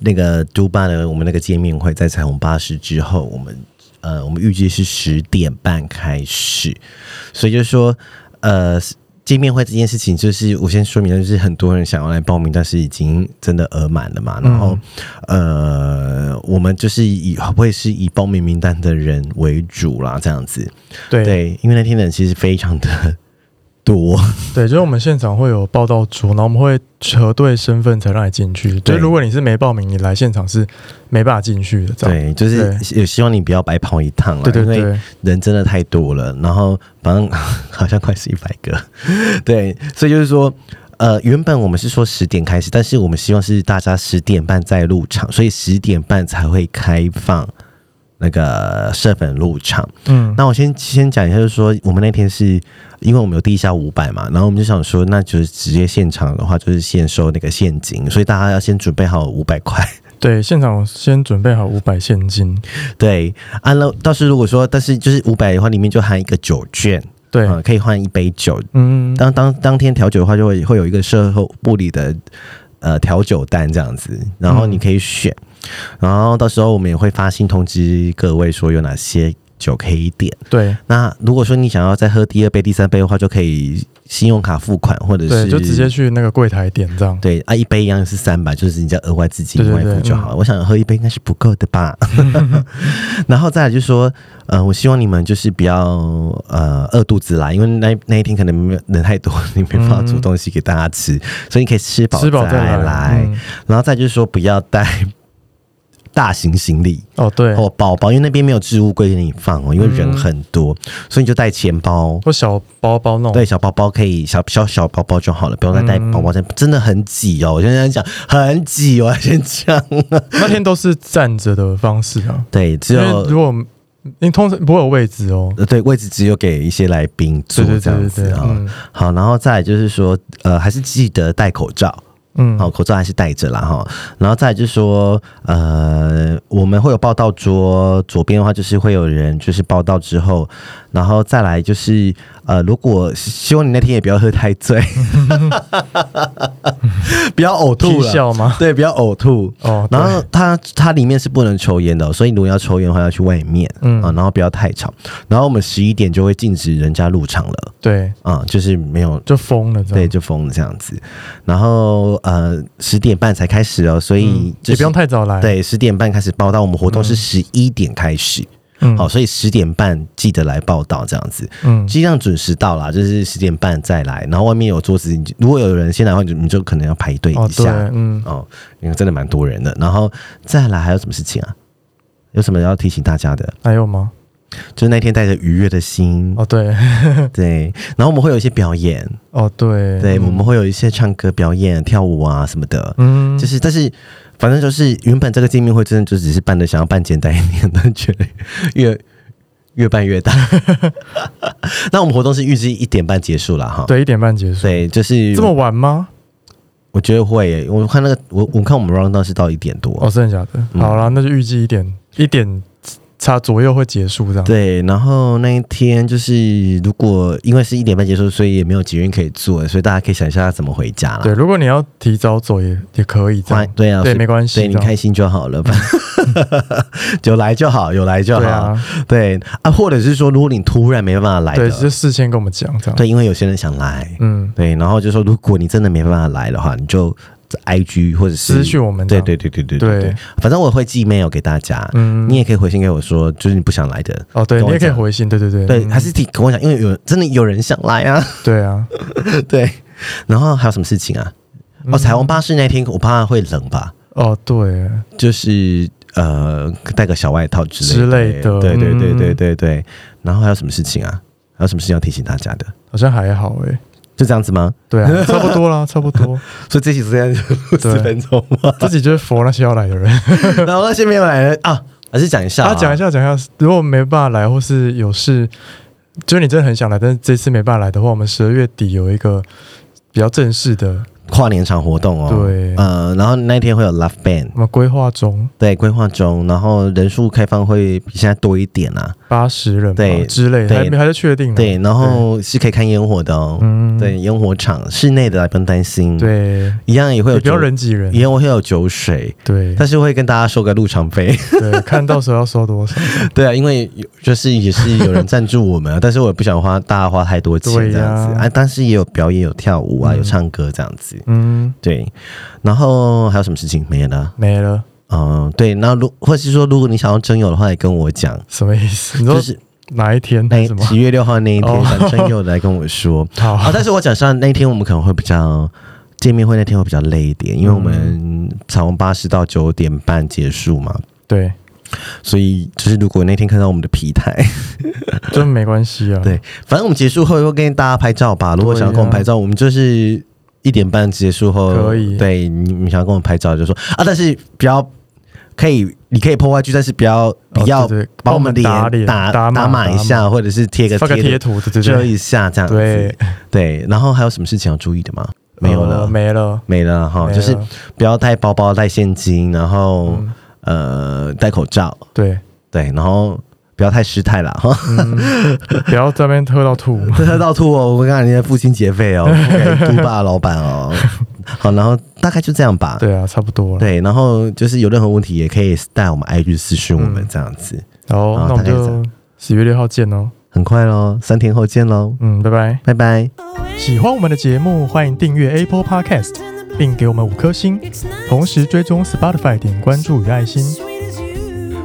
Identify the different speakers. Speaker 1: 那个都巴的我们那个见面会在彩虹巴士之后，我们呃，我们预计是十点半开始，所以就是说，呃，见面会这件事情，就是我先说明了，就是很多人想要来报名，但是已经真的额满了嘛。然后，呃，我们就是以会是以报名名单的人为主啦，这样子。
Speaker 2: 对对
Speaker 1: 对，因为那天的人其实非常的多。
Speaker 2: 就是我们现场会有报到桌，然后我们会核对身份才让你进去。就
Speaker 1: 对
Speaker 2: 如果你是没报名，你来现场是没办法进去的。这样，
Speaker 1: 对，就是也希望你不要白跑一趟了，啊
Speaker 2: 对对对
Speaker 1: 因为人真的太多了，然后反正好像 快是一百个， 对，所以就是说。呃，原本我们是说十点开始，但是我们希望是大家十点半再入场，所以十点半才会开放那个社粉入场。
Speaker 2: 嗯，
Speaker 1: 那我先先讲一下，就是说我们那天是因为我们有地下五百嘛，然后我们就想说，那就是直接现场的话，就是现收那个现金，所以大家要先准备好五百块。
Speaker 2: 对，现场先准备好五百现金。
Speaker 1: 对，按了倒是如果说，但是就是五百的话，里面就含一个酒券，
Speaker 2: 对，
Speaker 1: 嗯可以换一杯酒。
Speaker 2: 嗯，
Speaker 1: 当当当天调酒的话，就会会有一个售后部里的呃调酒单这样子，然后你可以选，然后到时候我们也会发信通知各位说有哪些酒可以点。
Speaker 2: 对
Speaker 1: 那如果说你想要再喝第二杯、第三杯的话，就可以信用卡付款，或者
Speaker 2: 对，
Speaker 1: 是
Speaker 2: 就直接去那个柜台点这样。
Speaker 1: 对啊，一杯一样是三百，就是你再额外自己
Speaker 2: 对对嗯
Speaker 1: 另外付
Speaker 2: 对
Speaker 1: 就好了。我想喝一杯应该是不够的 吧。然后再来就是说，呃，我希望你们就是不要呃饿肚子啦，因为那那一天可能没有人太多，你没办法煮东西给大家吃，所以你可以吃饱
Speaker 2: 嗯吃饱再
Speaker 1: 来。
Speaker 2: 来。嗯
Speaker 1: 然后再就是说，不要带大型行李。
Speaker 2: 哦，对，嗯
Speaker 1: 或包包，因为那边没有置物柜给你放哦，因为人很多，所以你就带钱包，
Speaker 2: 或小包包那种。
Speaker 1: 对，小包包可以小小小包包就好了，不用再带包包，真、真的很挤哦。我现在讲很挤哦，先讲。
Speaker 2: 那天都是站着的方式啊，
Speaker 1: 对，只
Speaker 2: 因
Speaker 1: 有
Speaker 2: 为如果你通常不会有位置哦。
Speaker 1: 呃对位置只有给一些来宾坐
Speaker 2: 对对
Speaker 1: 这
Speaker 2: 对
Speaker 1: 样
Speaker 2: 对
Speaker 1: 子
Speaker 2: 对，
Speaker 1: 啊、
Speaker 2: 嗯
Speaker 1: 好，然后再来就是说，呃，还是记得戴口罩。
Speaker 2: 嗯，
Speaker 1: 哦好，口罩还是戴着啦哈。然后再来就是说，呃，我们会有报到桌，左边的话就是会有人就是报到之后，然后再来就是呃，如果希望你那天也不要喝 太醉，不要呕
Speaker 2: 踢
Speaker 1: 吐了，
Speaker 2: 笑吗？
Speaker 1: 对，不要呕吐。
Speaker 2: 哦，对
Speaker 1: 然后它它里面是不能抽烟的哦、所以如果要抽烟的话，要去外面，
Speaker 2: 嗯
Speaker 1: 嗯啊，然后不要太吵。然后我们十一点就会禁止人家入场了，
Speaker 2: 对，
Speaker 1: 啊，就是没有
Speaker 2: 就疯了这
Speaker 1: 对，
Speaker 2: 样，
Speaker 1: 就疯了这样子。然后呃，十点半才开始哦，所以就
Speaker 2: 嗯也不
Speaker 1: 是、
Speaker 2: 用太早来。，
Speaker 1: 对，十点半开始报到，我们活动是十一点开始，
Speaker 2: 嗯，
Speaker 1: 好，，所以十点半记得来报到这样子，
Speaker 2: 嗯，
Speaker 1: 尽量准时到啦，就是十点半再来。然后外面有桌子，你就如果有人先来的话，你就你就可能要排队
Speaker 2: 哦
Speaker 1: 一，
Speaker 2: 对
Speaker 1: 下，
Speaker 2: 嗯，
Speaker 1: 哦，因为真的蛮多人的。然后再来还有什么事情啊？有什么要提醒大家的？
Speaker 2: 还有吗？
Speaker 1: 就是那天带着愉悦的心，
Speaker 2: 哦，对，
Speaker 1: 对。然后我们会有一些表演，
Speaker 2: 哦，对，
Speaker 1: 对，
Speaker 2: 嗯
Speaker 1: 我们，会有一些唱歌表演、跳舞啊什么的，
Speaker 2: 嗯，
Speaker 1: 就是但是反正就是原本这个见面会真的就只是办的想要办简单一点，但 觉得越越办越大。 那我们活动是预计一点半结束了哈，
Speaker 2: 对，一点半结束，
Speaker 1: 对，就是
Speaker 2: 这么晚吗？
Speaker 1: 我觉得会耶，我看那个我我看我们 round down 是到一点多，
Speaker 2: 哦，真的假的？
Speaker 1: 嗯
Speaker 2: 好啦，那就预计一点一点差左右会结束这样。
Speaker 1: 对，然后那一天就是如果因为是一点半结束，所以也没有捷运可以坐，所以大家可以想一下怎么回家啦。
Speaker 2: 对，如果你要提早走也也可以这
Speaker 1: 欢
Speaker 2: 样，
Speaker 1: 对啊，
Speaker 2: 对，没关系
Speaker 1: 对
Speaker 2: 这
Speaker 1: 你
Speaker 2: 样，
Speaker 1: 开心就好了吧，有来 就好，有来就好。
Speaker 2: 对啊，
Speaker 1: 对啊或者是说，如果你突然没办法来的，
Speaker 2: 对，就事先跟我们讲这样。
Speaker 1: 对因为有些人想来，
Speaker 2: 嗯，
Speaker 1: 对，然后就说，如果你真的没办法来的话，你就 I G 或者是
Speaker 2: 私讯我们这
Speaker 1: 对
Speaker 2: 样。
Speaker 1: 对对对对
Speaker 2: 对
Speaker 1: 对对，反正我会寄 mail 给大家，
Speaker 2: 嗯
Speaker 1: 你也可以回信给我说，就是你不想来的，
Speaker 2: 哦，对，
Speaker 1: 跟
Speaker 2: 你
Speaker 1: 我
Speaker 2: 也可以
Speaker 1: 讲
Speaker 2: 回信，对对对，
Speaker 1: 对，
Speaker 2: 嗯
Speaker 1: 还是挺跟我讲，因为有真的有人想来啊，
Speaker 2: 对啊，
Speaker 1: 对。然后还有什么事情啊？
Speaker 2: 嗯
Speaker 1: 哦，彩虹巴士那天我怕会冷吧，
Speaker 2: 哦，对，
Speaker 1: 就是呃，带个小外套之类
Speaker 2: 之类的
Speaker 1: 对对对
Speaker 2: 嗯
Speaker 1: 对对对。然后还有什么事情啊？还有什么事情要提醒大家的？
Speaker 2: 好像还好诶，
Speaker 1: 就这样子吗？
Speaker 2: 对 啊，差不多啦，差不多。
Speaker 1: 所以这期时间就
Speaker 2: 对
Speaker 1: 十分钟 吗？
Speaker 2: 自己就是佛那些要来的人，
Speaker 1: 然后那些没有来的啊，还 是讲一下、
Speaker 2: 他讲一
Speaker 1: 下，
Speaker 2: 下，讲一下。如果没办法来，或是有事，就是你真的很想来，但是这次没办法来的话，我们十二月底有一个比较正式的，
Speaker 1: 跨年场活动哦。
Speaker 2: 对
Speaker 1: 呃，然后那一天会有 Love Band，
Speaker 2: 我们规划中
Speaker 1: 对，规划中，然后人数开放会比现在多一点啊。
Speaker 2: 八十人吧
Speaker 1: 对
Speaker 2: 之类的，
Speaker 1: 对
Speaker 2: 还没还在确定呢。
Speaker 1: 对，然后是可以看烟火的哦。
Speaker 2: 嗯
Speaker 1: 对，烟火场室内的啊不用担心。，
Speaker 2: 对，
Speaker 1: 一样也会有
Speaker 2: 也不要
Speaker 1: 酒
Speaker 2: 人挤人。
Speaker 1: 烟火会有酒水，
Speaker 2: 对
Speaker 1: 但是会跟大家收个入场费。
Speaker 2: 对，看到时候要收多 少？
Speaker 1: 对啊，因为有就是也是有人赞助我 们啊，但是我也不想花大家花太多钱
Speaker 2: 对呀
Speaker 1: 这样子啊。但是也有表演，有跳舞啊，有唱歌这样子。
Speaker 2: 嗯，
Speaker 1: 对，然后还有什么事情没有呢？
Speaker 2: 没了，
Speaker 1: 嗯，对，那如或是说，如果你想要征友的话，也跟我讲，
Speaker 2: 什么意思？你说
Speaker 1: 嗯就是
Speaker 2: 哪一天
Speaker 1: 那
Speaker 2: 什么？
Speaker 1: 十月六号那一天
Speaker 2: 哦
Speaker 1: 想征友的来跟 我说。啊、
Speaker 2: 好，
Speaker 1: 但是我讲上那一天我们可能会比较见面会那天会比较累一点，因为我
Speaker 2: 嗯
Speaker 1: 们彩虹巴士到九点半结束嘛，
Speaker 2: 对，
Speaker 1: 所以就是如果那天看到我们的皮台，
Speaker 2: 就没关系啊。
Speaker 1: 对反正我们结束后会跟大家拍照吧。如果想要跟我们拍照，我们就是一点半结束后
Speaker 2: 可以
Speaker 1: 对你你想要跟我们拍照就说啊，但是不要可以，你可以破坏剧，但是不要不要
Speaker 2: 哦对对
Speaker 1: 把我们脸
Speaker 2: 帮我们打脸
Speaker 1: 打
Speaker 2: 打码
Speaker 1: 码一
Speaker 2: 打
Speaker 1: 下，或者是贴个
Speaker 2: 发个
Speaker 1: 贴
Speaker 2: 贴
Speaker 1: 图
Speaker 2: 图，对对
Speaker 1: 遮
Speaker 2: 对
Speaker 1: 一下这样子。
Speaker 2: 对，
Speaker 1: 对，然后还有什么事情要注意的吗？没有了，
Speaker 2: 呃没了，
Speaker 1: 没了哈，
Speaker 2: 没
Speaker 1: 哦就是
Speaker 2: 了
Speaker 1: 不要带包包、带现金，然后、
Speaker 2: 嗯
Speaker 1: 呃戴口罩，
Speaker 2: 对，
Speaker 1: 对，然后不要太失态了哈。
Speaker 2: 嗯，不要在那边喝到 吐。
Speaker 1: 这喝到吐哦！我跟你讲，你的父亲节 费哦，付给杜爸老板哦。好，然后大概就这样吧。
Speaker 2: 对啊，差不多了。
Speaker 1: 对然后就是有任何问题也可以带我们 IG 私讯我们这样子。
Speaker 2: 好，
Speaker 1: 好
Speaker 2: 那我们
Speaker 1: 哦大概是这
Speaker 2: 就十月六号见哦。
Speaker 1: 很快喽，三天后见喽，
Speaker 2: 嗯，拜拜。
Speaker 1: 拜拜。
Speaker 2: 喜欢我们的节目，欢迎订阅 Apple Podcast，并给我们五颗星，同时追踪 Spotify 点关注与爱心。